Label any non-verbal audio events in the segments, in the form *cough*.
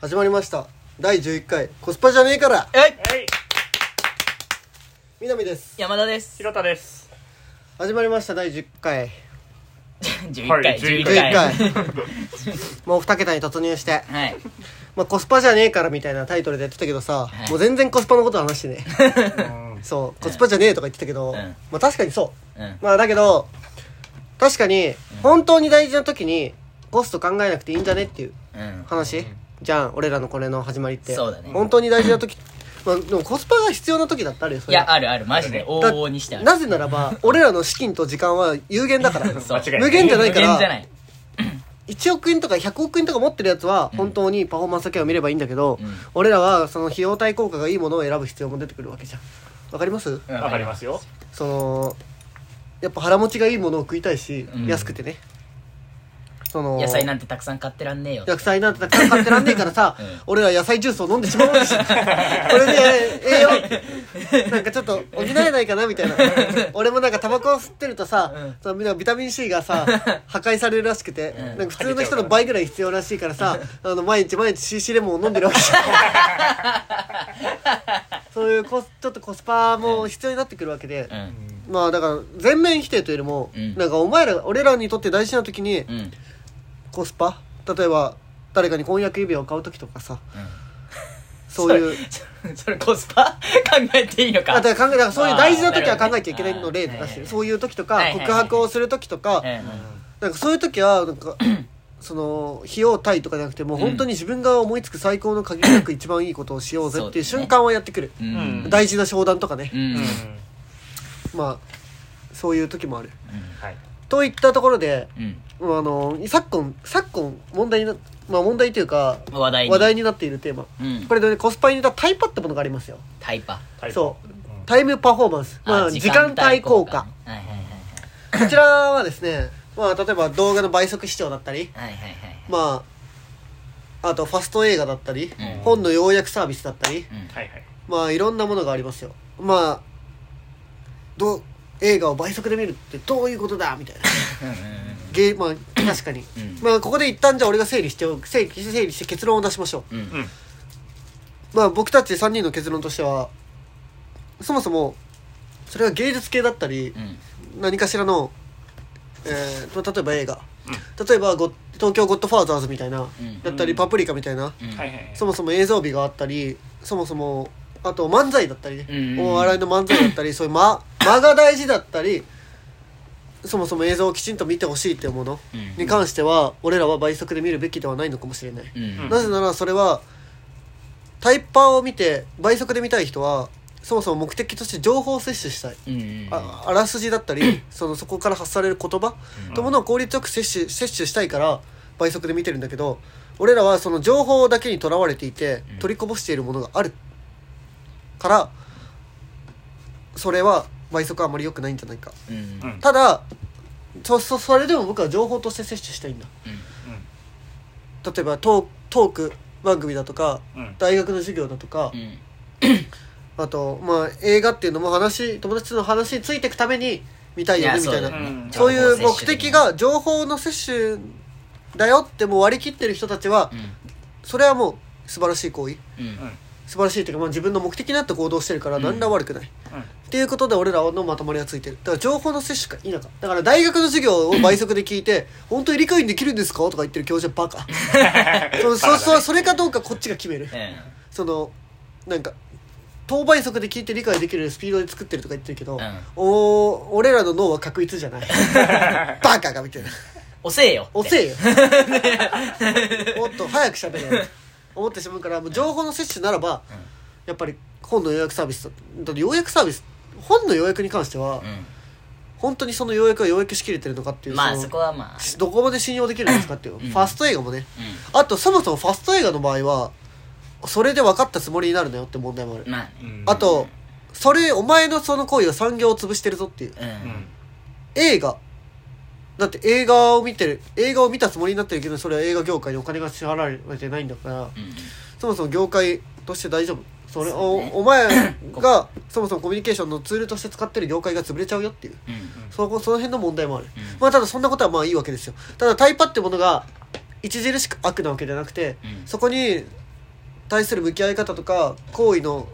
始まりました第11回コスパじゃねえからはいはい南です山田です白田です始まりました第10回11は回い11 11回回はいもう2桁に突入して、 *laughs* はいまあ、コスパじゃねえからみたいなタイトルでやってたけどさ、はいもう全然コスパのこと話してねそうコスパじゃねえとか言ってたけど、うんまあ確かにそううんまあだけど確かに本当に大事な時にコスト考えなくていいんじゃねっていううん話、じゃん俺らのこれの始まりってそうだね本当に大事な時、まあ、でもコスパが必要な時だってあるよそいれはやあるあるマジで往だ々にしてあるなぜならば俺らの資金と時間は有限だから *laughs* そう間違いない無限じゃないか無限じゃらない1億円とか100億円とか持ってるやつは本当にパフォーマンスだけを見ればいいんだけど、うん俺らはその費用対効果がいいものを選ぶ必要も出てくるわけじゃんわかりますうんわかりますよそのやっぱ腹持ちがいいものを食いたいし、うん安くてねその野菜なんてたくさん買ってら *laughs* んねえよ野菜なんてたくさん買ってらんねえからさ、うん俺ら野菜ジュースを飲んでしまうわけ *laughs* じゃんこれで栄養なんかちょっと補えないかなみたいな俺もなんかタバコを吸ってるとさ、うんそのビタミン C が *laughs* さ破壊されるらしくて、うんなんか普通の人の倍ぐらい必要らしいからさあの毎日毎日 CC レモンを飲んでるわ *laughs* けじゃんそういうコスちょっとコスパも必要になってくるわけで、うんまあだから全面否定というよりも、うんなんかお前ら俺らにとって大事な時にうんうんコスパ例えば誰かに婚約指輪を買う時とかさそういうそれそれコスパ *laughs* 考えていいのかあだから考えだからそういう大事な時はあーなるほどね考えちゃいけないの例だあーはいしはいそういう時とはいかはいはい告白をする時とかうんなんかそういう時はなん *clears throat* かその費用対とかじゃなくてもう本当に自分が思いつく最高の限りなく一番いいことをしようぜっていうそうだね瞬間はやってくる、うんうん大事な商談とかねう、んうんまあそういう時もあるはいといったところでうんもうあの昨今昨今問題になまあ問題というか話題に話題になっているテーマうんこれでねコスパに似たタイパってものがありますよタイパタイプそううんタイムパフォーマンスまあ時間対効果ねはいはいはいこちらはですねまあ例えば動画の倍速視聴だったりはいはいはいまああとファスト映画だったり、うん本の要約サービスだったりうんはいはいまあいろんなものがありますよまあどう映画を倍速で見るってどういうことだみたいなうんうんゲーまあ確かに、うんまあここで一旦じゃあ俺が整理してお整理整理して結論を出しましょううんうんうんまあ僕たち3人の結論としてはそもそもそれが芸術系だったりう、ん何かしらの、えーまあ例えば映画、例えばゴ「東京ゴッドファーザーズ」みたいな、うんだったり「パプリカ」みたいな、うんはいはいそもそも映像美があったりそもそもあと漫才だったりね、うんお笑いの漫才だったりそういう間間が大事だったりそもそも映像をきちんと見てほしいっていうものうんに関しては、俺らは倍速で見るべきではないのかもしれない。うんなぜならそれはタイパーを見て倍速で見たい人はそもそも目的として情報を摂取したい、うんああらすじだった *coughs* りそのそこから発される言葉とものを効率よく摂取摂取したいから倍速で見てるんだけど俺らはその情報だけにとらわれていてうん取りこぼしているものがあるからそれは倍速はあまり良くないんじゃないかうんうんうんただそそそれでも僕は情報として摂取したいんだ例えばトートーク番組だとかうんうん大学の授業だとか、うんあとまあ映画っていうのも話友達との話についていくために見たいよいねみやたいなそそうう,、だねうんいう目的が情報の摂取だよってもう割り切ってる人たちは、うそれはもう素晴らしい行為んうん素晴らしいというか、まあ、自分の目的になった行動してるからうん何ら悪くない、うんっていうことで俺らのまとまりがついてるだから情報の摂取が否かだから大学の授業を倍速で聞いて「本当に理解できるんですか?」とか言ってる教授はバカそそそそれかどうかこっちが決めるうそのなんか等倍速で聞いて理解できるスピードで作ってるとか言ってるけど、んうんおー俺らの脳は確一じゃ *laughs* ないバカがみたいな遅えよ遅え *laughs* よもっと早くしゃべれよって思ってしまうからもう情報の摂取ならば、やっぱり本の予約サービスとだって要約サービス本の予約に関しては、う本当にその要約が要約しきれてるのかっていんうまあのそこはまあどこまで信用できるんですかっていう、んファスト映画もねうあとそもそもファスト映画の場合はそれで分かったつもりになるなよって問題もあるんまあうんあと、それ、お前のその行為は産業を潰してるぞっていう。ううんん映画。だって映画を見てる、映画を見たつもりになってるけど、それは映画業界にお金が支払われてないんだから、そもそも業界として大丈夫。それ、そうねおお前が、そもそもコミュニケーションのツールとして使ってる業界が潰れちゃうよっていう。うんそこ、その辺の問題もある。うんまあ、ただそんなことはまあいいわけですよ。ただタイパってものが、著しく悪なわけじゃなくて、うんそこに、対する向き合い方とか行為の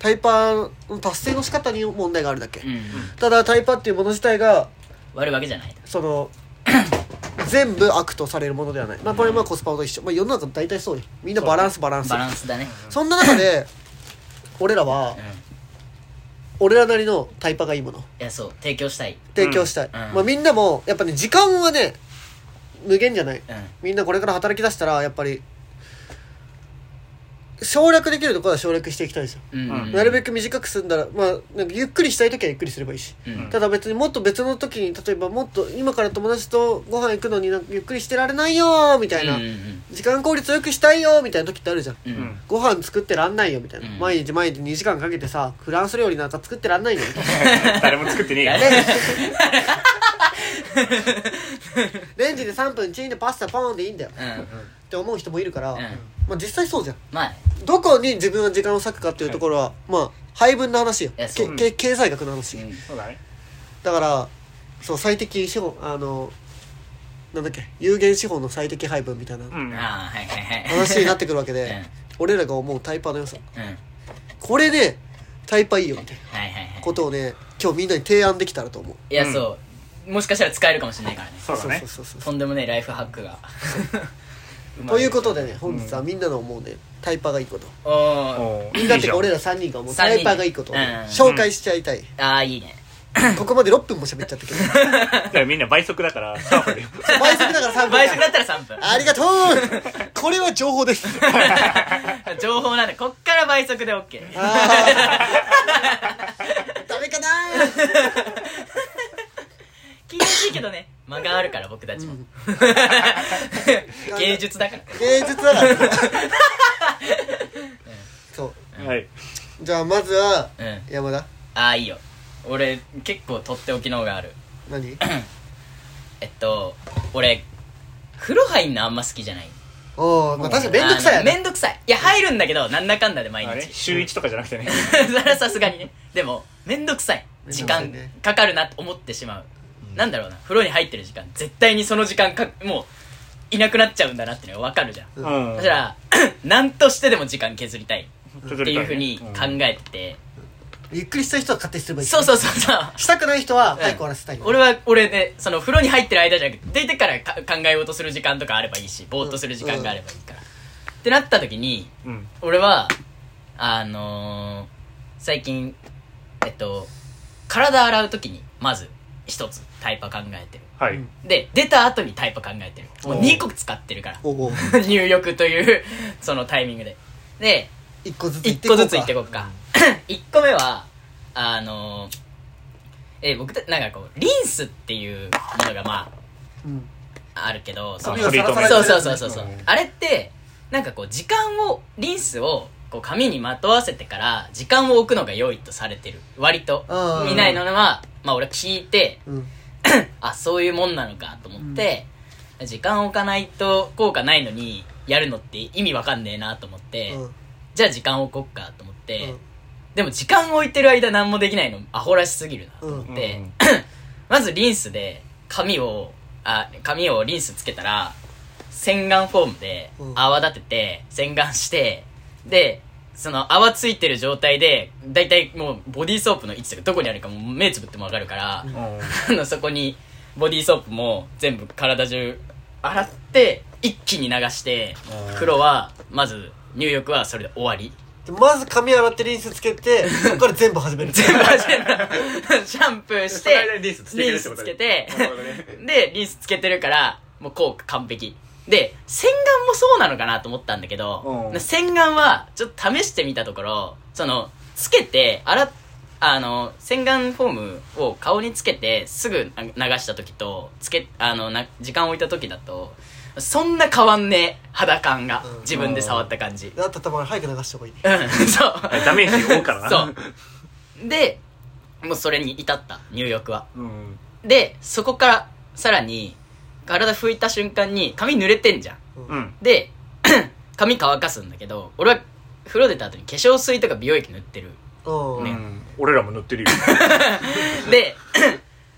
タイパーの達成の仕方に問題があるだけ、うんうんただタイパっていうもの自体が悪いわけじゃないそ *coughs* の全部悪とされるものではないまあこれはまあコスパと一緒、まあ、世の中大体そうよみんなバランスバランスバランスだねそんな中で俺らはうんい俺らなりのタイパがいいものやそう提供したい提供したい、んまあ、みんなもやっぱね時間はね無限じゃないうんみんなこれから働き出したらやっぱり省略できるところは省略していきたいですよ、うんうんなるべく短く済んだら、まあ、なんかゆっくりしたい時はゆっくりすればいいし、うんただ別にもっと別の時に例えばもっと今から友達とご飯行くのになんかゆっくりしてられないよーみたいな、うんうん時間効率よくしたいよーみたいな時ってあるじゃんうんううんんご飯作ってらんないよみたいな、うん毎日毎日2時間かけてさフランス料理なんか作ってらんないよみたいな *laughs* 誰も作ってねえよ *laughs* レンジで3分チンでパスタポーンでいいんだよっうんて思う人もいるから、うんまあ、実際そうじゃんまあどこに自分が時間を割くかっていうところは、まあ配分の話よいやけそうけ経済学の話、うんそうだねだからそう最適資本あのなんだっけ有限資本の最適配分みたいなうんああはいはいはい話になってくるわけで、 *laughs* うん俺らが思うタイパーの良さうんはいこれでタイパいいよみたいなはいはいことをね今日みんなに提案できたらと思ういやそうもしかしたら使えるかもしれないからねそうだねそうそうそうそうとんでもねえライフハック *laughs* がということでね本日はみんなの思うねタイパがいいことおおおーみんなってかいい俺じら3人が思う三タ人イパがいいことをね、うん紹介しちゃい *laughs* たい、ああいいねここまで6分も喋っちゃったけどゃんだからみんな倍速だからサーファーで倍速だから3分倍速だったら3分ありがとうこれは情報です。 *laughs* 情報なんでこっから倍速で OK あーダメかな厳しいけどね間があるから僕たちも *laughs* 芸術だから芸術だから。そう。はいじゃあまずは、うん山田、ああいいよ俺結構とっておきのがある *clears throat* 何えっと俺風呂入んのあんま好きじゃないおー、まあ確かにめんどくさいよあのね。めんどくさいいや入るんだけどなんだかんだで毎あれ日週一とかじゃなくてね *laughs* それはさすがにねでもめんどくさいめんど時くさい間ねかかるなって思ってしまう、なんだろうな風呂に入ってる時間絶対にその時間かもういなくなっちゃうんだなっていうのが分かるじゃん、ううんんそしたら *coughs* 何としてでも時間削りたいちょっっていうふうに考考えてて、ゆっくりしたい人は勝手にすればいい。そうそうそうそうしたくない人はん早く終わらせたい。俺は俺ねその風呂に入ってる間じゃなくて出てからか考え事する時間とかあればいいしぼーっとする時間があればいいから、ってなった時にうん俺はあのー最近えっと体洗う時にまず一つタイパ考えてるはういんで出た後にタイパ考えてるもうおう2個使ってるから *laughs* おお入浴というそのタイミングでで一個ずつ1個ずつ言ってここっか1個目はあのーえー僕たなんかこうリンスっていうものがまう。うん。ああるけどそあのトリートメントそうそうそうそうそう、うんあれってなんかこう時間をリンスをこう紙にまとわせてから時間を置くのが良いとされてる割とあー見ないのはまあ俺は聞いて *clears throat* うん。あそういうもんなのかと思って、時間を置かないと効果ないのにやるのって意味わかんねえなと思って、うん。じゃあ時間を置こっかと思って、うんでも時間を置いてる間何もできないのアホらしすぎるなと思って、うん *coughs* まずリンスで髪をあ髪をリンスつけたら洗顔フォームでうん泡立てて洗顔してでその泡ついてる状態で大体もうボディーソープの位置とかどこにあるかもう目つぶっても分かるから、うん *laughs* あのそこにボディーソープも全部体中洗って一気に流してうん風呂はまず入浴はそれで終わりでまず髪洗ってリンスつけ *laughs* て、そこから全部始める。全部始めたシャンプーしその間てにリンスつけリてンるってスことつねけてなるほどねでリンスつけてるからもう効果完璧で洗顔もそうなのかなと思ったんだけどうん洗顔はちょっと試してみたところそのつけて洗っあの洗顔フォームを顔につけてすぐ流した時とつけあのな時間置いた時だとそんな変わんねえ肌感がうん自分で触った感じだったらたまに早く流した方がいい。うんそうダメージ多いからなそうでもうそれに至った入浴はうんでそこからさらに体拭いた瞬間に髪濡れてんじゃんうんで *clears throat* 髪乾かすんだけど俺は風呂出た後に化粧水とか美容液塗ってるうん。ううんん俺らも塗ってるよで *clears throat*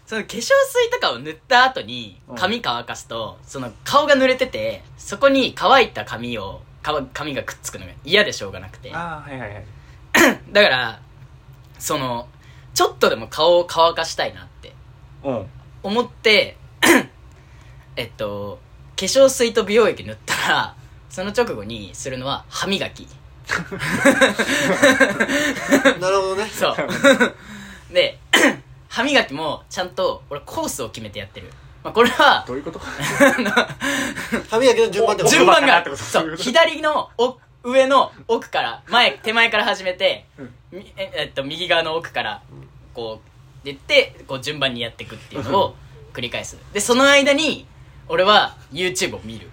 その化粧水とかを塗った後にうん髪乾かすとその顔が濡れててそこに乾いた髪をか髪がくっつくのが嫌でしょうがなくてだああはいはいはいからそのちょっとでも顔を乾かしたいなってうん思って *coughs* えっと化粧水と美容液塗ったらその直後にするのは歯磨きなるほどねそう *laughs* で *coughs* 歯磨きもちゃんと俺コースを決めてやってる、まあ、これはどういうこ *laughs* と歯磨きの順番でもお順番があどうるいうことそう左の奥上の奥から前手前から始めて、うんみええっと、右側の奥からこう出てこう順番にやっていくっていうのを繰り返すでその間に俺は YouTube を見る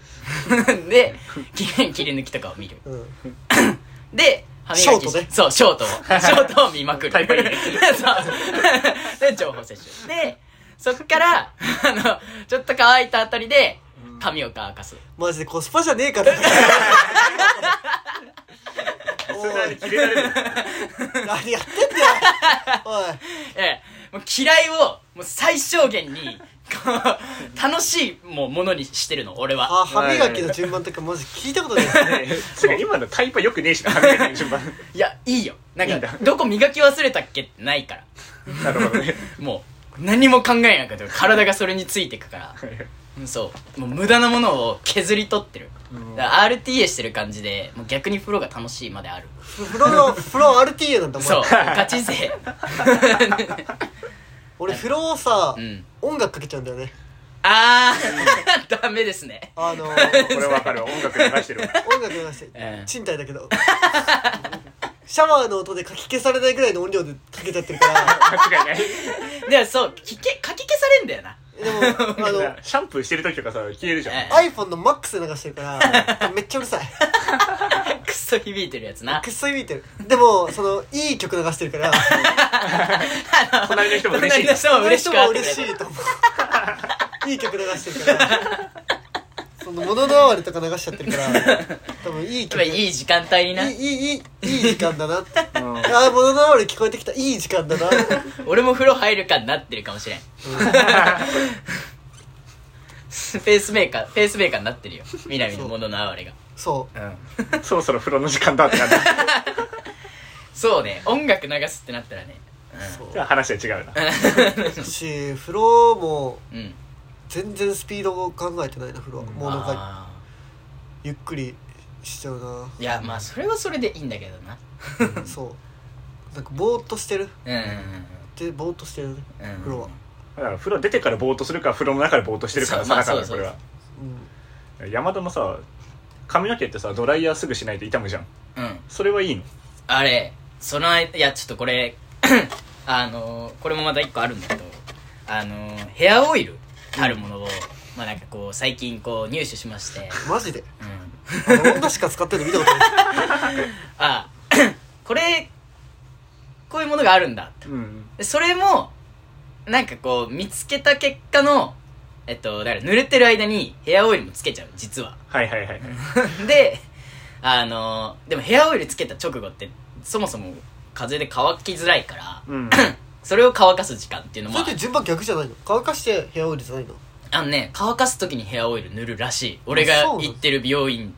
で切り切り抜きとかを見るうんで歯磨きショートねそうショートをショートを見まくるタ *laughs* イパリそうで情報摂取でそっからあのちょっと乾いたあたりで髪を乾かすマジでコスパじゃねえからおい切れられる何やってんだよおいええ、もう嫌いをもう最小限にこう楽しいもうものにしてるの俺はあ歯磨きの順番とかマジ聞いたことないね *laughs* つうか今のタイパよくねえしな歯磨きの順番いやいいよなんいいんだかどこ磨き忘れたっけってないからなるほどねもう何も考えなくて体がそれについてくからうんそうもう無駄なものを削り取ってるうんだから RTA してる感じでもう逆に風呂が楽しいまであるフロのフロ RTA なんだもんそうガチ勢俺フロをさ、うん音楽かけちゃうんだよねあー *laughs* ダメですねあのー、 *laughs* これわかるわ音楽流してるわ音楽流して、うん賃貸だけどシャワーの音でかき消されないぐらいの音量でかけちゃってるから間違いないでもそうきけかき消されんだよなでも *laughs* あのシャンプーしてる時とかさ消えるじゃん iPhone の MAX で流してるからめっちゃうるさいくっそ響いてるやつなくっそ響いてるでもそのいい曲流してるから隣の人も嬉し隣いの人も嬉しくあその人もってく嬉れしていと思ういい曲流してるからその「もののあわれ」とか流しちゃってるから多分いいやっ曲ぱいいいい時間帯にないいいいいい時間だなってうんああもののあわれ聞こえてきたいい時間だな俺も風呂入るかになってるかもしれんペースメーカーペースメーカーになってるよ南のものの哀れがそそろそろ風呂の時間だっ *laughs* てなるそうね音楽流すってなったらねじゃあ話は違うなうし風呂もうん全然スピードを考えてないな風呂はもうなんかあゆっくりしちゃうな *laughs* ーいやまあそれはそれでいいんだけどなそうなんかぼーっとしてるうんうんでぼーっとしてるねうんうん風呂はだから風呂出てからぼーっとするか風呂の中でぼーっとしてるからそさうまだあからそこうそうれはうん山田もさ髪の毛ってさドライヤーすぐしないと傷むじゃんうんそれはいいのあれその間いやちょっとこれ *coughs* あのこれもまた一個あるんだけどあのヘアオイルたるものを、まあなんかこう最近こう入手しまして、マジでうん、あの女しか使ってるの見たこと *laughs* ないあ *coughs* これこういうものがあるんだうんでそれもなんかこう見つけた結果のえっとだから濡れてる間にヘアオイルもつけちゃう実は *laughs* はいはいはいであのでもヘアオイルつけた直後ってそもそも風で乾きづらいから *coughs* うんそれを乾かす時間っていうのそもれって順番逆じゃないの乾かしてヘアオイルじゃないのあのね乾かす時にヘアオイル塗るらしい俺あがそうなん行ってる美容院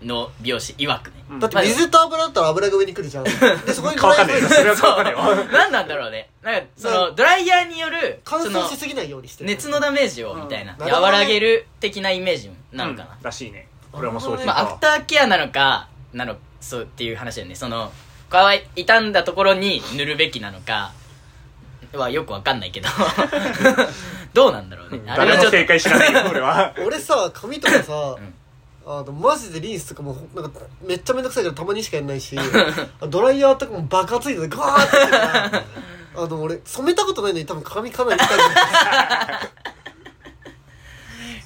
の美容師曰くねうんだって水と油だったら油が上に来る *laughs* じゃんでそこにド乾ラかイねヤえよーそれはそう乾かねえわ何なんだろうねなんかそのドライヤーによる乾その燥しすぎないようにしてる熱のダメージをみたいな、うんなるほどね和らげる的なイメージなのかなう、んらしいね俺もそう聞いまあ、アフたターケアなのかなのそうっていう話だよねその乾い傷んだところに塗るべきなのかはよくわかんな *laughs* いけどどうなんだろうね、あれ誰はもちょっと正解知らないよ俺は俺さ髪とかさうんあのマジでリンスとかもなんかめっちゃめんどくさいからたまにしかやんないしドライヤーとかも爆発いてガーってやってるからあの俺染めたことないのに多分髪かなり痛 *laughs* い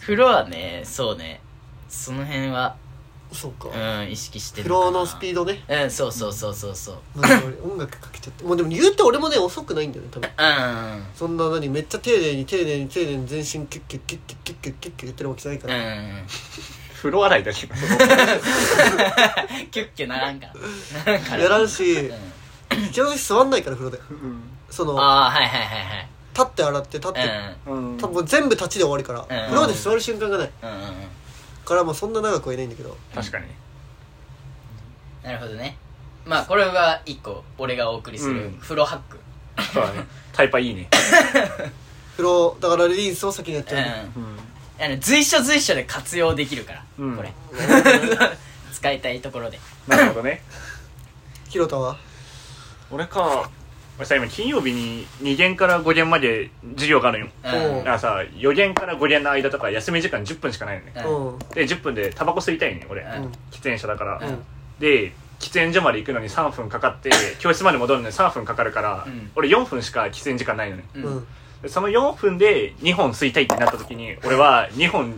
風呂はねそうねその辺はそうかうん意識してフるローのスピーードねドうんそうそうそうそうそうなんか俺音楽かけちゃってもうでも言うて俺もね遅くないんだよね多分うんそんな何めっちゃ丁寧に丁寧に丁寧に全身キュッキュッキュッキュッキュッキュッキュッキュッ言ってるわけじゃないかうらん *laughs* 風呂洗いだしキュッキュならんからなら *laughs* んからやらうんんし基本的に座んないから風呂でうんそのああはいはいはいはい立って洗って立ってうん多分全部立ちで終わるからうん風呂で座る瞬間がないうんうんうんうんからもうそんな長くはいないんだけど確かになるほどねまあこれは一個俺がお送りするうん風呂ハック、そうだねタイパいいね風呂だからリリースを先にやっうちんゃう、うんあの随所随所で活用できるから、うんこれ *laughs* 使いたいところでなるほどねひろたは俺か俺さ今金曜日に2限から5限まで授業があるんようんおだうからさ4限から5限の間とか休み時間10分しかないのねううんん、うんで10分でタバコ吸いたいね俺、うん喫煙者だから、うんで喫煙所まで行くのに3分かかって教室まで戻るのに3分かかるから、うん俺4分しか喫煙時間ないのねうんうんでその4分で2本吸いたいってなった時に俺は2本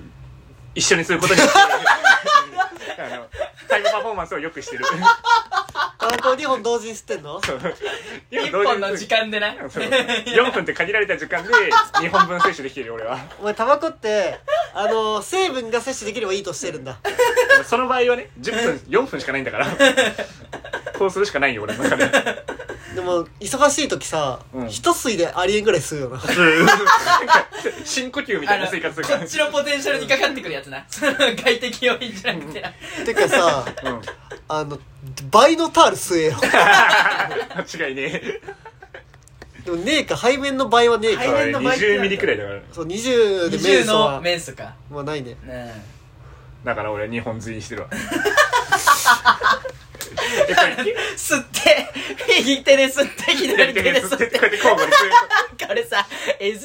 一緒にすることにして *laughs* あのタイムパフォーマンスをよくしてるタバコ2本同時に吸ってんの一本の時間でなそう4分って限られた時間で2本分摂取できてるよ俺はお前タバコってあの成分が摂取できればいいとしてるんだその場合はね10分4分しかないんだからこうするしかないよ俺の *laughs* 中ででも忙しい時さ、うん一吸いでありえんぐらい吸うよなうんなんか深呼吸みたあいのなこ生活するからっちのポテンシャルにかかってくるやつな *laughs* その外的要因じゃなくててかさうんあの倍のタール吸えよ間違いねでもねえか背面の倍はねえ背か面のマイクなんだ20ミリくらいだからそう20で20瞑想のは面相かまあないねうんだから俺は2本吸いしてるわえこれ吸って右手で吸って左手で吸こっうやってて *laughs* 交互に吸うこれさ絵面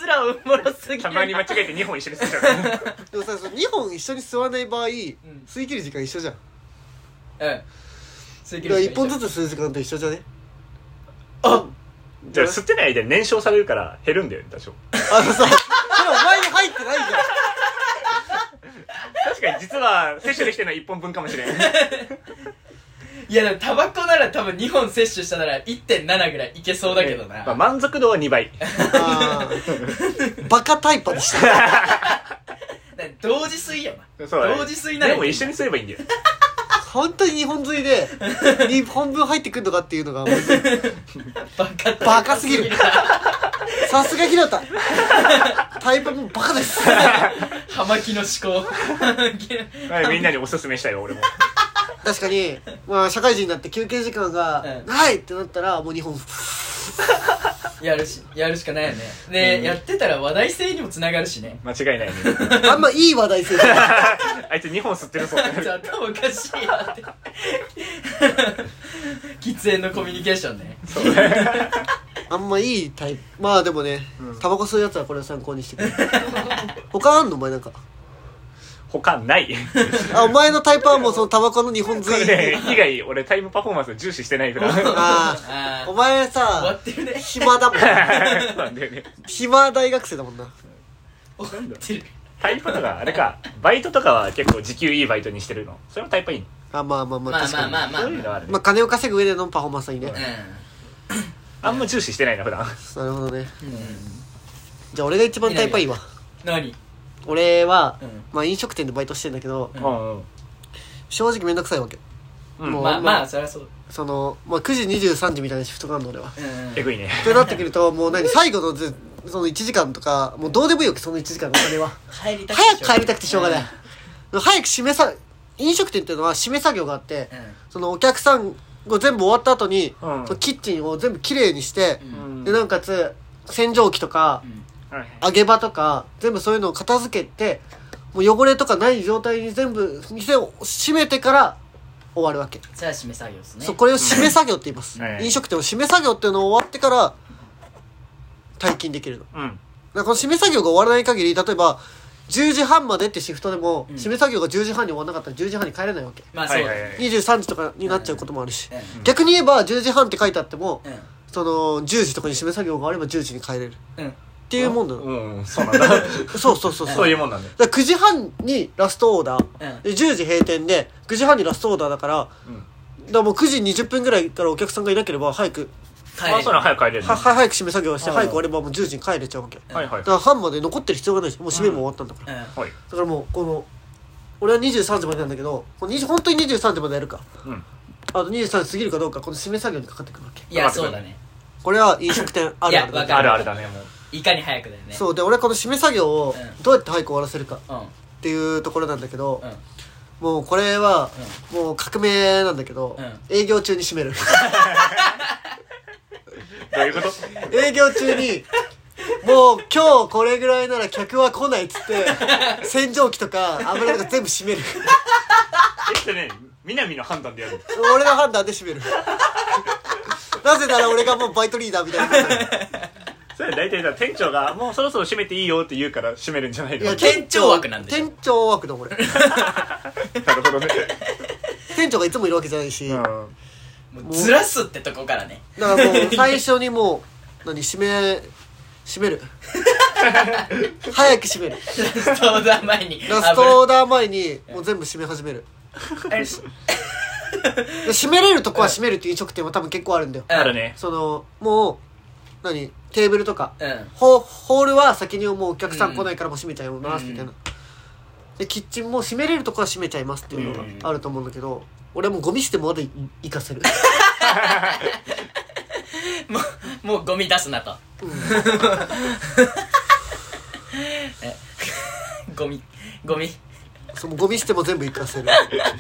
おもろすぎるたまに間違えて2本一緒に吸っちゃうからでもさその2本一緒に吸わない場合、吸い切る時間一緒じゃんうん吸い切だかるらし1か本ないずつ吸う時間と一緒じゃねあじゃあ吸ってない間に燃焼されるから減るんだよ多少あのさそれお前に入ってないじ確かに実は摂取できてるのは1本分かもしれんいやでもタバコなら多分2本摂取したなら1.7ぐらいいけそうだけどな、まあ、満足度は2倍ゃんあーバカタイパでしたね同時吸いよなそうだね同時吸いならでも一緒に吸えばいいんだよ本当に2本吸いで2本分入ってくんのかっていうのがバカだバカすぎるなさすがひなたタイパもバカです葉巻の思考 *laughs* はいみんなにおすすめしたいわ俺も確かに、まあ、社会人になって休憩時間が「うんない!」ってなったらもう2本やるしやるしかないよねで、やってたら話題性にもつながるしね間違いないねあんまいい話題するあいつ2本吸ってるそうあいつ頭おかしいよって *laughs* 喫煙のコミュニケーションねあんまいいタイプまあでもね、タバコ吸うやつはこれを参考にしてくれ他あんのお前なんか他ないあお前のタイプはもうそのタバコの2本それ吸でい以外俺タイムパフォーマンスを重視してないからそああああお前終わさってるね暇だもん *laughs* うなんだよね暇大学生だもんな終わってるタイパとかあれかバイトとかは結構時給いいバイトにしてるのそれもタイパいいのあまあまあまあまあ確かまあにまあまあそういうのはあるねまあ金を稼ぐ上でのパフォーマンスはいいねあんま重視してないな普段なるほどねうん、うん、じゃあ俺が一番タイプはいいわ何俺は、うんまあ飲食店でバイトしてんだけどうんうん正直めんどくさいわけうんもうまあままああそりゃそうその、まあ、9時23時みたいなシフトがあるの俺はうんうんえぐいねってなってくるともう何最後のずその1時間とかもうどうでもいいわけその1時間のお金は帰りた早く帰りたくてしょうがないうん、早く締めさ飲食店っていうのは締め作業があって、うんそのお客さんが全部終わった後に、うんそのキッチンを全部きれいにして、うんでなおかつ洗浄機とか、はい揚げ場とか全部そういうのを片付けてもう汚れとかない状態に全部店を閉めてから終わるわけ、じゃあ締め作業ですねそうこれを締め作業って言います、うん飲食店を締め作業っていうのを終わってから退勤できるのうんなんかこの締め作業が終わらない限り例えば10時半までってシフトでも、うん締め作業が10時半に終わらなかったら10時半に帰れないわけまあそはういだはいはねい23時とかになっちゃうこともあるし、う逆に言えば10時半って書いてあっても、んその10時とかに締め作業があれば10時に帰れるっうんうんていうもんなの、うんそうなんだそうそうそうそ *laughs* そうういうもんなんだよだから9時半にラストオーダー、うんで10時閉店で9時半にラストオーダーだからだかうんらもう9時20分ぐらいからお客さんがいなければ早く帰れあそうなの早く帰れるのははは早く締め作業をしてうん早く終わればもう10時に帰れちゃうわけだいはいから半まで残ってる必要がないしもう締めも終わったんだから、うんはいだからもうこの俺は23時までなんだけどこの20本当に23時までやるかうんあと23時過ぎるかどうかこの締め作業にかかってくるわけいやそうだねこれは飲食店あるあるだいやわねかあるあるだねもういかに早くだよねそうで俺はこの締め作業をうんどうやって早く終わらせるかっうんていうところなんだけど、うんもうこれは、もう革命なんだけど、う営業中に閉 *laughs* めるどういうこと営業中にもう今日これぐらいなら客は来ないっつって洗浄機とか油とか全部閉めるえっとね、南の判断でやる。俺の判断で閉めるなぜなら俺がもうバイトリーダーみたい *laughs* なそれは大体さ、店長がもうそろそろ閉めていいよって言うから閉めるんじゃないのいや店長枠なんでしょ店長枠だ俺なるほどね。店長がいつもいるわけじゃないし、うだかん。もうずらすってとこからねらもう *laughs* 最初にもう何閉め閉める早く閉めるラストオーダー前にラストオーダー前にもう全部閉め始める油しで閉めれるとこは閉めるっていう飲食店は多分結構あるんだよあるね。そのもう何テーブルとか、うんホホールは先にもうお客さん来ないからもう閉めちゃいますみたいな、うでキッチンも閉めれるとこは閉めちゃいますっていうのがあると思うんだけど、俺はもうゴミ捨てもまだい行かせるもうもうゴミ出すなと、えゴミゴミそのゴミ捨ても全部行かせる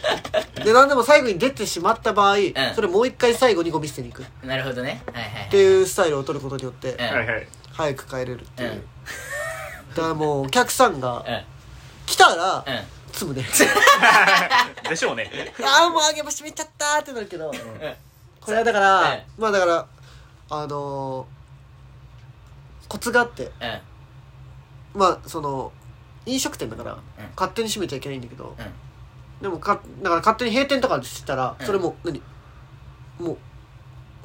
*laughs* で何でも最後に出てしまった場合、それもう一回最後にゴミ捨てに行くっなるほどねはいはいていうスタイルを取ることによって、うんはいはい。早く帰れるっていう、うんだからもうお客さんうんが来たらうん積むねでしょうね。 *laughs* ああもうあげ場閉めちゃったーってなるけどうんこれはだから、ええまあだからあのーコツがあってうんまあその飲食店だから、勝手に閉めちゃいけないんだけど、うんでもかだから勝手に閉店とかしたら、うんそれも何もう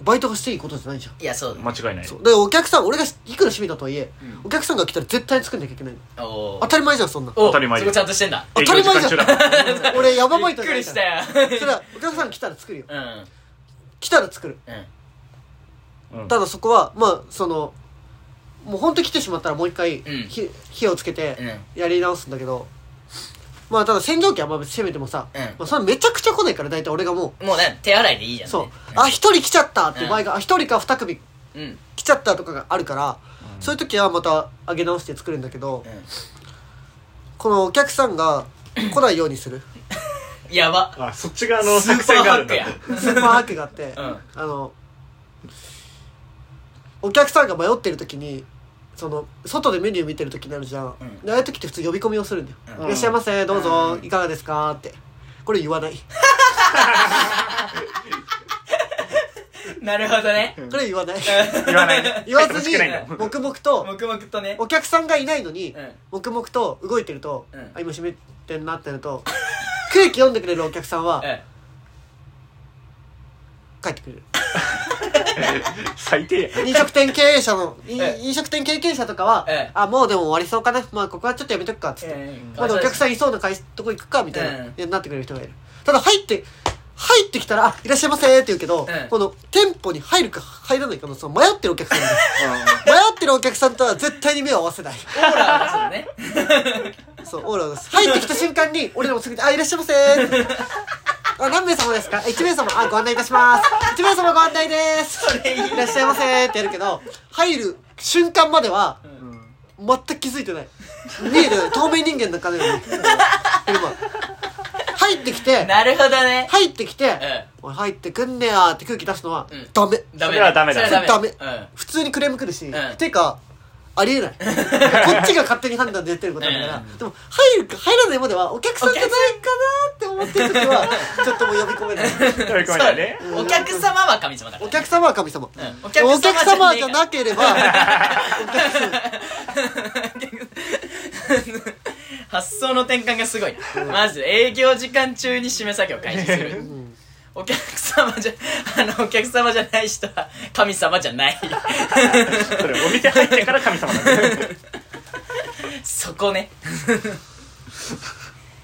バイトがしていいことじゃないじゃんいやそうだ、間違いない。そうでお客さん俺がいくら閉めたとはいえ、うんお客さんが来たら絶対に作んなきゃいけないのお当たり前じゃんそんなお当たり前そでこすちゃんとしてんだ当たり前じゃん営業時間中だ *laughs* 俺ヤババイびトっじゃくないりかしらたよそれはお客さん来たら作るようん来たら作るうんうんただそこはまあそのもう本当に来てしまったらもう一回、うん火火をつけてうんやり直すんだけど、まあただ洗浄機はまあ別に攻めてもさ、うんまあ、それめちゃくちゃ来ないから大体俺がももうね手洗いでいいじうゃんねそう、あ一人来ちゃったっていう場合があ一、人か二組うんうん来ちゃったとかがあるから、そういう時はまた上げ直して作るんだけど、このお客さんが来ないようにするやばあ、そっち側のス作ーパ戦ーがハあッるんクだ。やスーパーハックがあって、うんあのお客さんが迷ってる時にその外でメニュー見てる時になるじゃん、うんでああいう時って普通呼び込みをするんだよ「うんいらっしゃいませどうぞ、うんいかがですか?」ってこれ言わないなるほどねこれ言わない言わないね。言わずによろしくないんだ黙々と *laughs* 黙々とねお客さんがいないのに、うん黙々と動いてると、うんあ今閉めてんなってなると *laughs* 空気読んでくれるお客さんはうん帰ってくれる最低や。飲食店経営者 *laughs* の、いええ飲食店経験者とかは、ええあもうでも終わりそうかなまあここはちょっとやめとくかっつって、まだお客さんいそうな会とこ行くかみたいな、うんいやなってくれる人がいるただ入って入ってきたら「あいらっしゃいませ」って言うけど、うんこの店舗に入るか入らないかのその迷ってるお客さん *laughs* がいる迷ってるお客さんとは絶対に目を合わせないオーラそうねそうオーラです入ってきた瞬間に俺らもすぐにあいらっしゃいませ」あ何名様ですか1名様あご案内いたします1名様ご案内ですそれいいいらっしゃいませってやるけど入る瞬間までは全く気づいてない見えてない透明人間のかのように今入ってきて *laughs* なるほどね入ってきてええ「おい入ってくんねや」って空気出すのはうんダメダメそれはダメだそれはダメうん普通にクレーム来るしええていうかあ *laughs* りえないこっちが勝手に判断でやってることだからでも入るか入らないまではお客さんじゃないかなって思ってる時はちょっともう呼び込めない *laughs* 飛び込めないね。お客様は神様だからお客様は神様、んお客お客様様じじゃゃねえから *laughs* なければお客様発想の転換がすごいなまず営業時間中に締め作業開始するお客様じゃあのお客様じゃない人は神様じゃないそれ、お店入ってから神様なんだよ。そこね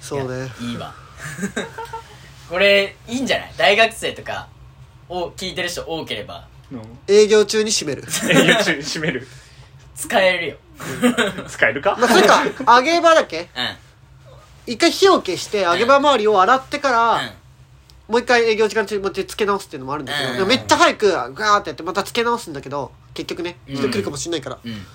そうねいいわ *laughs* これいいんじゃない大学生とかを聞いてる人多ければ営業中に閉める営業中に閉める。使え *laughs* るよ使えるかまあそれか揚げ場だっけう一回火を消して揚げ場周りを洗ってから、んうんもう一回営業時間中にもう一回つけ直すっていうのもあるんだけど、うんでもめっちゃ早くガーってやってまたつけ直すんだけど結局ねうん人来るかもしんないから、うん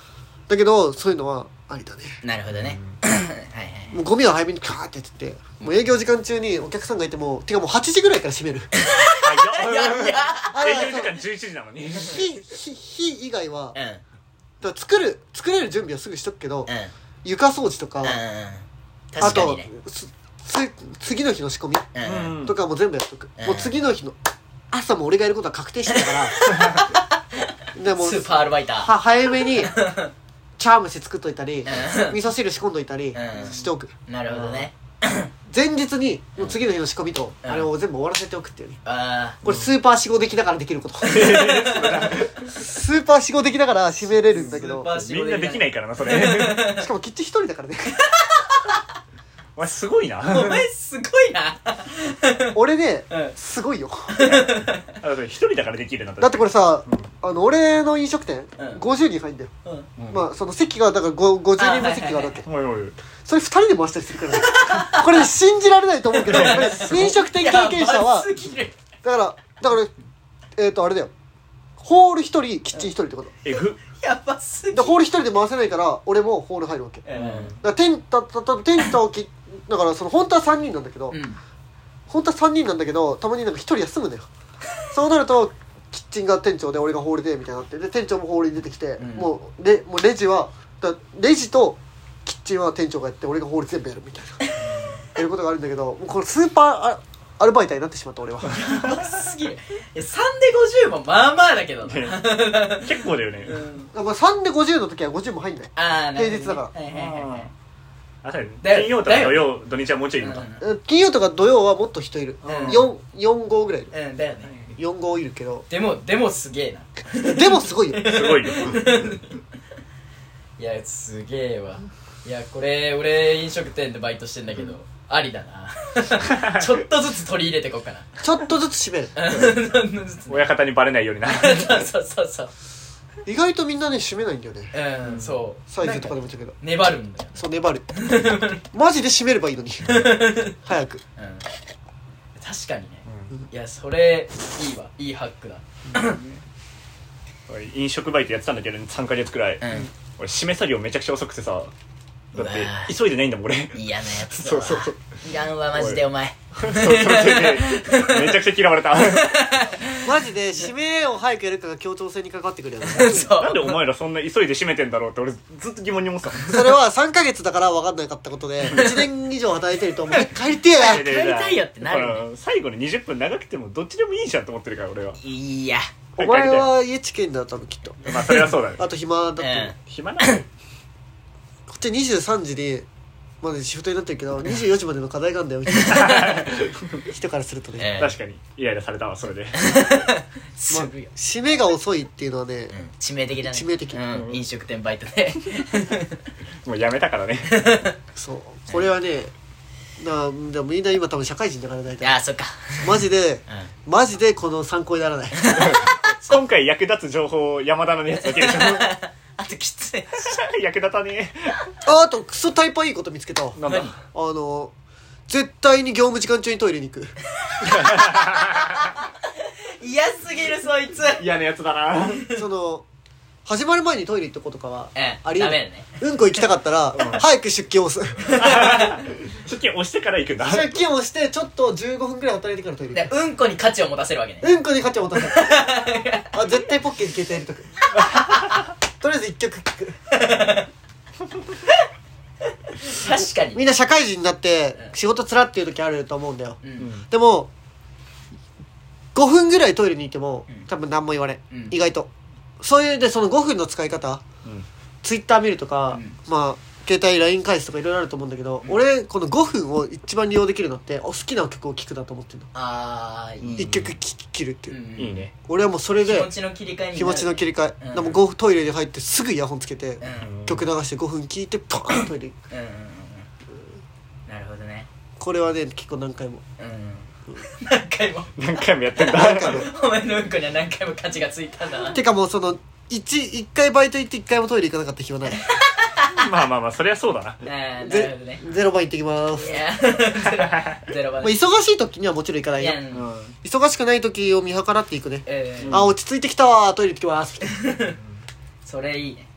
だけどそういうのはありだねなるほどね *coughs* はいはいもうゴミは早めにカーってやっててもう営業時間中にお客さんがいてもてかもう8時ぐらいから閉め *laughs* る早っいやあ営そ業う時間11時なのに火火火以外はうんだから作る作れる準備はすぐしとくけど、うん床掃除とか、うんあ確かにとねすつ次の日の仕込みうんとかも全部やっとく、うんもう次の日の朝も俺がやることは確定してたから *laughs* でもスーパーアルバイターは早めに茶蒸し作っといたりう味噌汁仕込んどいたりうんしておくなるほどね前日にもう次の日の仕込みとうんあれを全部終わらせておくっていうねあーこれスーパー死後的だからできることスーパー死後的だから締めれるんだけどスーパーみんなできないからなそれしかもキッチン一人だからねお前すごいなお前すご *laughs* いな俺ねうんすごいよあだって一人だからできるなだってこれさうんあの俺の飲食店うん50人入んだようんうんまあその席がだからご50人分席があるわけおいおいそれ2人で回したりするからねこれ信じられないと思うけどこれ飲食店経験者やばはすぎるだからだからえっ、とあれだよホール1人キッチン1人ってことえぐやばすぎでるホール1人で回せないから俺もホール入るわけだかうんらテントたたテントをきだからその本当は3人なんだけど、うん本当は3人なんだけどたまになんか1人休むんだよそうなるとキッチンが店長で俺がホールでみたいになってで店長もホールに出てきて、うんもうレもうレジはだレジとキッチンは店長がやって俺がホール全部やるみたい *laughs* なやることがあるんだけどもうこのスーパーアアルバイターになってしまった俺はやばすぎるえ3で50もまあまあだけどなね結構だよねうんまあ、3で50の時は50も入んないああなるほどね平日だかはいはいはいはいあそうだよねだよ金曜とか土曜土日はもうちょいいるのかえ金曜とか土曜はもっと人いる、うん四四4号ぐらいいるうんだよね4号いるけどでもでもすげえなでもすごいよすごいよ *laughs* いやすげえわいやこれ俺飲食店でバイトしてんだけどありだな *laughs* ちょっとずつ取り入れてこうかなちょっとずつ締める *laughs* 親方にバレないようになそうそうそう意外とみんなね締めないんだよねそううんそうサイズとかでなも言んったけど粘るんだよ、そう粘るマジで締めればいいのに早くうん、確かにねいやそれいいわいいハックだ俺飲食バイトやってたんだけど3ヶ月くらい俺締め作業めちゃくちゃ遅くてさだっうわて急いでないんだもん俺 *laughs* 嫌なやつだそうわそうそういらんわマジでお前そうそれでめちゃくちゃ嫌われたなマジで締めを早くやるかが協調性にかかってくるよねそんでお前らそんな急いで締めてんだろうって俺ずっと疑問に思ってた *laughs* それは3ヶ月だから分かんなかったことで1年以上働いてるともう帰りてえ帰帰りたいよってなるよね最後の20分長くてもどっちでもいいじゃんと思ってるから俺はいやお前は家知見だよ多分きっとまあそれはそ *laughs* うだねあと暇だって、ええ暇なのこっち23時にまだ仕事になってるけど24時までの課題があるんだよみたい *laughs* な人からするとね、ええ確かにイライラされたわそれですまあるよ、締めが遅いっていうのはね、うん致命的だね致命的うん、飲食店バイトで *laughs* もうやめたからね *laughs* そうこれはねなでもみんな今多分社会人だから大いや体そっかマジで *laughs* うんマジでこの参考にならない *laughs* 今回役立つ情報を山田のやつだけでしょ *laughs* あときつい役立たねああとクソタイパいいこと見つけたあえなんだ何の絶対に業務時間中にトイレに行 *laughs* く嫌すぎるそいつ嫌なやつだなその始まる前にトイレ行ったことかはええありえダなメいだねうんこ行きたかった *laughs* ら早く出勤をす出勤押してから行くんだ出勤をしてちょっと15分くらい働いてからトイレ行でうんこに価値を持たせるわけねくうんこに価値を持たせ *laughs* るあ絶対ポッケに携帯入れとく *laughs* とりあえず一曲聴く確かにみんな社会人になってうん仕事つらっていう時あると思うんだよううんんでも5分ぐらいトイレにいてもうん多分何も言われん、うん意外とそういうでその5分の使い方うんツイッター見るとか、うんまあ携帯 LINE 返すとかいろいろあると思うんだけど、俺この5分を一番利用できるのってお好きな曲を聴くだと思ってるの、あーいい一曲聴き切るっていう、うんいいね俺はもうそれ気で持ちの切り替えになる気持ちの切り替え、うんでもごトイレに入ってすぐイヤホンつけて、うんうんうん曲流して5分聴いてパーントイレ行くうんうんなるほどねこれはね結構何回もうん何回も何回もやってんだ何回も *laughs* お前のうんこには何回も価値がついたんだなてかもうその一一回バイト行って一回もトイレ行かなかった日 *laughs* はない *laughs* まあまあまあそりゃそうだなあーなるゼほどねゼロ番行ってきまいす、や *laughs* ゼロまあ、番忙しい時にはもちろん行かないいよやうんうん忙しくない時を見計らっていくね、あ落ち着いてきたわトイレ行ってきますそれいいね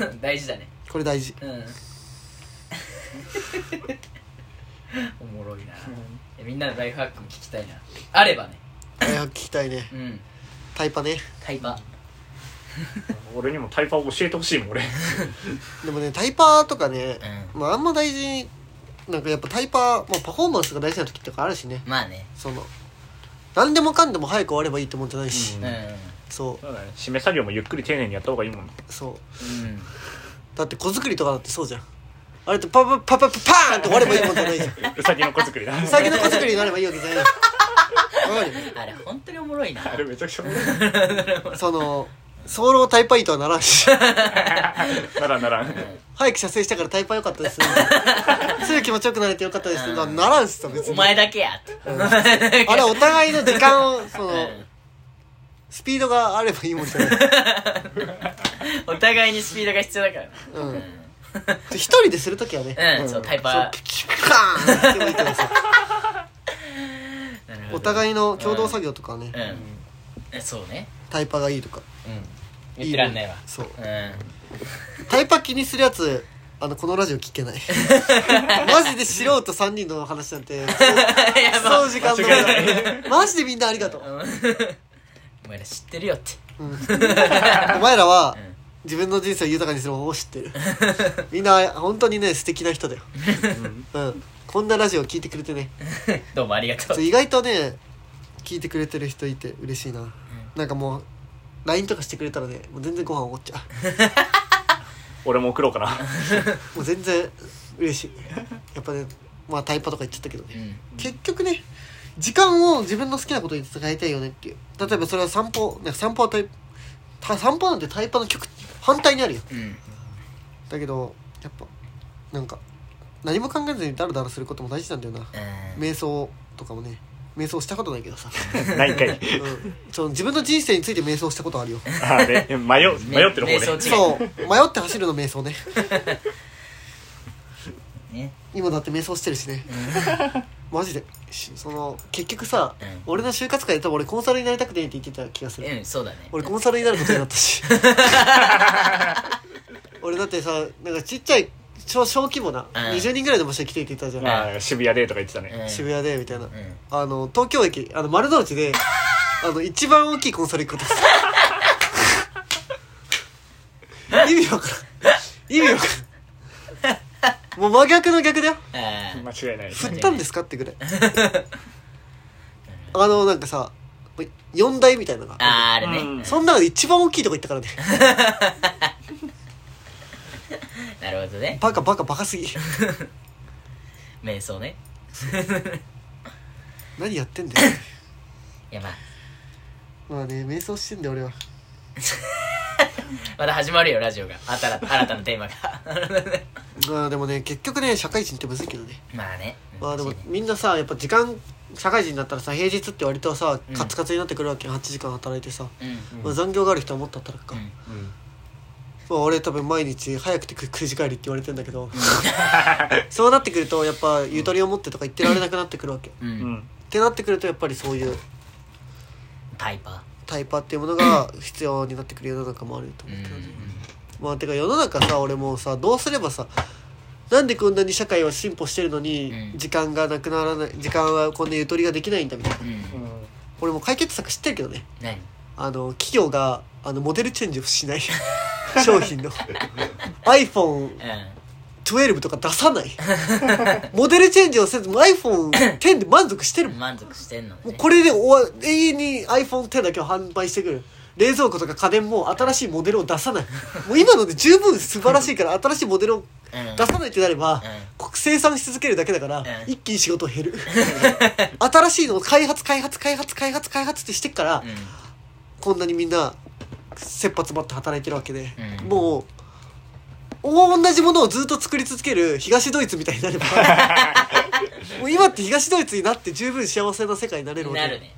うん大事だね *laughs* これ大事うんおもろいなえみんなのライフハックも聞きたいなあればねいや聞きたいねうんタイパねタイパ俺にもタイパを教えてほしいもん俺でもねタイパとかね、うまああんま大事になんかやっぱタイパ、まあ、パフォーマンスが大事な時とかあるしねまあねその何でもかんでも早く終わればいいってもんじゃないし、ううんんそそうだね締め作業もゆっくり丁寧にやった方がいい *laughs* もんうそううんだって子作りとかだってそうじゃんあれってパパパパパパーンって終わればいいもんじゃないじゃんうさぎの子作りだ最近の子作りになればいいわけじゃないわかるあれ本当におもろいな *laughs* あれめちゃくちゃおもろいその早漏タイパいいとはならんし *laughs* ならんならん早く射精したからタイパ良かったですすぐ気持ちよくなれて良かったですがならんしさ別に *laughs* お前だけやってあれお互いの時間をそのうんスピードがあればいいもんじゃない *laughs* お互いにスピードが必要だからなうん一人でするときはねうん、そうタイパそうピチピカーンってやってもいいけど *laughs* さなるほどお互いの共同作業とかはねうんえそうねタイパがいいとかうん言ってらんないわそう *laughs* うタイパ気にするやつあのこのラジオ聞け *laughs* ないマジで素人3人の話なんてそう時間の無間違駄マジでみんなありがとう、ん *laughs* お前ら知ってるよって *laughs* うんお前らは、うん自分の人生を豊かにする方法を知って *laughs* るみんな本当にね素敵な人だよ、うん、こんなラジオ聞いてくれてねどうもありがとうそう意外とね聞いてくれてる人いて嬉しいな、なんかもう LINE とかしてくれたらねもう全然ご飯おごっちゃ俺も送ろうかな *laughs* うもう全然嬉しいやっぱねまあタイパとか言っちゃったけどねうん結局ね時間を自分の好きなことに使いたいよねっていう例えばそれは散歩なんか散歩はタイた散歩なんてタイパの曲反対にあるようんだけどやっぱなんか何も考えずにダラダラすることも大事なんだよなうん瞑想とかもね瞑想したことないけ *laughs* どさ、ないんかいうん、そう自分の人生について瞑想したこと *laughs* あるよああれ迷う迷ってる方瞑想で中そう迷って走るの瞑想ねね今だって瞑想してるしねマジでしその結局さ、うん俺の就活会で多分俺コンサルになりたくてって言ってた気がするうんそうだね俺コンサルになることになった *laughs* し俺だってさなんかちっちゃい小小規模な、うん20人ぐらいでもして来てって言ったじゃん、ああ渋谷でとか言ってたねうん渋谷でみたいな、うんあの東京駅あの丸の内 *laughs* であの一番大きいコンサル行くことです意味わからん意味わからんもう真逆の逆だよあー間違いない振ったんですかって *laughs* ぐらいあのなんかさ4台みたいなのがあーあれうねんそんなので一番大きいとこ行ったからねなるほどねバカバカバカすぎ *laughs* 瞑想ね何やってんだよいやまあ *laughs* まあね瞑想してんだよ俺はまた始まるよラジオが新た新たなテーマが *laughs* まあでもね結局ね社会人ってむずいけどねまあねまあでも難しいねみんなさやっぱ時間社会人になったらさ平日って割とさうんカツカツになってくるわけ、8時間働いてさ、うんまあ、残業がある人はもっと働くか、うんうんまあ、俺多分毎日早くてく9時帰りって言われてんだけど *laughs* そうなってくるとやっぱゆとりを持ってとか言ってられなくなってくるわけ、っううんんてなってくるとやっぱりそういうタイパタイパっていうものが必要になってくる世の中もあるとう思うけどね、んまあてか世の中さ俺もうさどうすればさなんでこんなに社会は進歩してるのに、うん時間がなくならない時間はこんなゆとりができないんだみたいなうんうん俺も解決策知ってるけどね何あの企業があのモデルチェンジをしない *laughs* 商品の iPhone12 うとか出さないモデルチェンジをせず iPhone10 で満足してるもんん満足してんのもうねこれで終わ永遠に iPhone10 だけを販売してくる冷蔵庫とか家電も新しいモデルを出さないもう今ので十分素晴らしいから新しいモデルをうん出さないってなれば、う生産し続けるだけだから、ん一気に仕事減 *laughs* る新しいのを開発開発開発開発開発ってしてっから、うんこんなにみんな切羽詰まって働いてるわけで、うんもう同じものをずっと作り続ける東ドイツみたいにな *laughs* ればもう今って東ドイツになって十分幸せな世界になれるわけなるね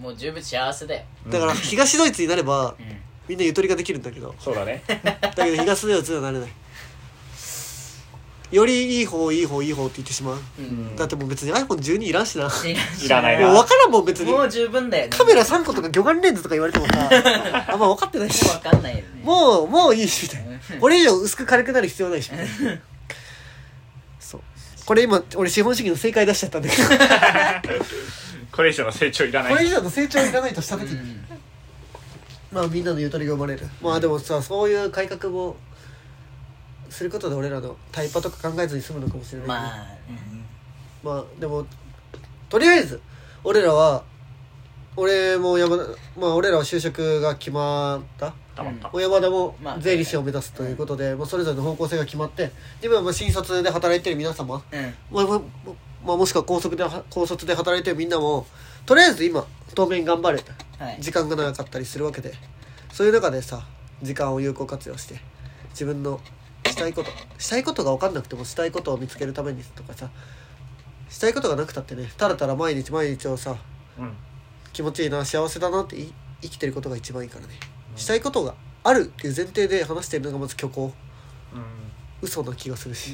もう十分幸せだよだから東ドイツになればうんみんなゆとりができるんだけどそう *laughs* だねだけど東ドイツにはなれないよりいい方いい方いい方って言ってしまう、うんだってもう別に iPhone12 いらんしなもいらなうい分なからん *laughs* もん別にもう十分だよねカメラ3個とか魚眼レンズとか言われても *laughs* さあんま分かってないしもうわかんないよねもうもういいしみたいなこれ以上薄く軽くなる必要ないしみたいなこれ今俺資本主義の正解出しちゃったんだけどこれ以上の成長いらないこれ以上の成長いらないとした時にまあみんなのゆとりが生まれるまあでもさそういう改革をすることで俺らのタイパとか考えずに済むのかもしれないけど、まあまあでもとりあえず俺らは俺も山田まあ俺らは就職が決まったたまった小山田もまあ税理士を目指すということで、まあ、それぞれの方向性が決まって自分はまあ新卒で働いてる皆様、うんまあまあまあ、もしくは高速で高卒で働いてるみんなもとりあえず今当面頑張れはい時間が長かったりするわけでそういう中でさ時間を有効活用して自分のしたいことしたいことが分かんなくてもしたいことを見つけるためにとかさしたいことがなくたってねただただ毎日毎日をさうん気持ちいいな幸せだなってい生きてることが一番いいからねしたいことがあるっていう前提で話してるのがまず虚構うん嘘な気がするし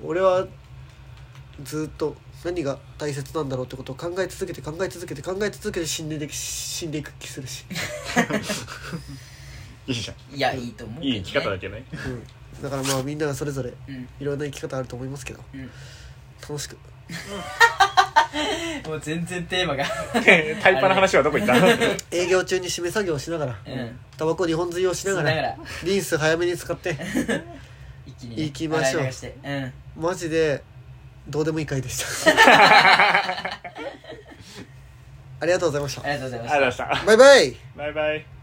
う、ん俺はずーっと何が大切なんだろうってことを考え続けて考え続けて考え続けて死んでいく死んでいく気するし、いいじゃんいやいいと思うけどねいい生き方だけど *laughs* ねうん、だからまあみんながそれぞれうんいろんな生き方あると思いますけどうん楽しくもう全然テーマが *laughs* タイパの話はどこ行った営業中に締め作業をしながらうんタバコ2本吸いをしながしながららリンス早めに使って一気に行きましょう洗い流てうんマジでどうでもいい回でしたありがとうございましあたりがとうございましたありがとうございましバイバイたバイバイ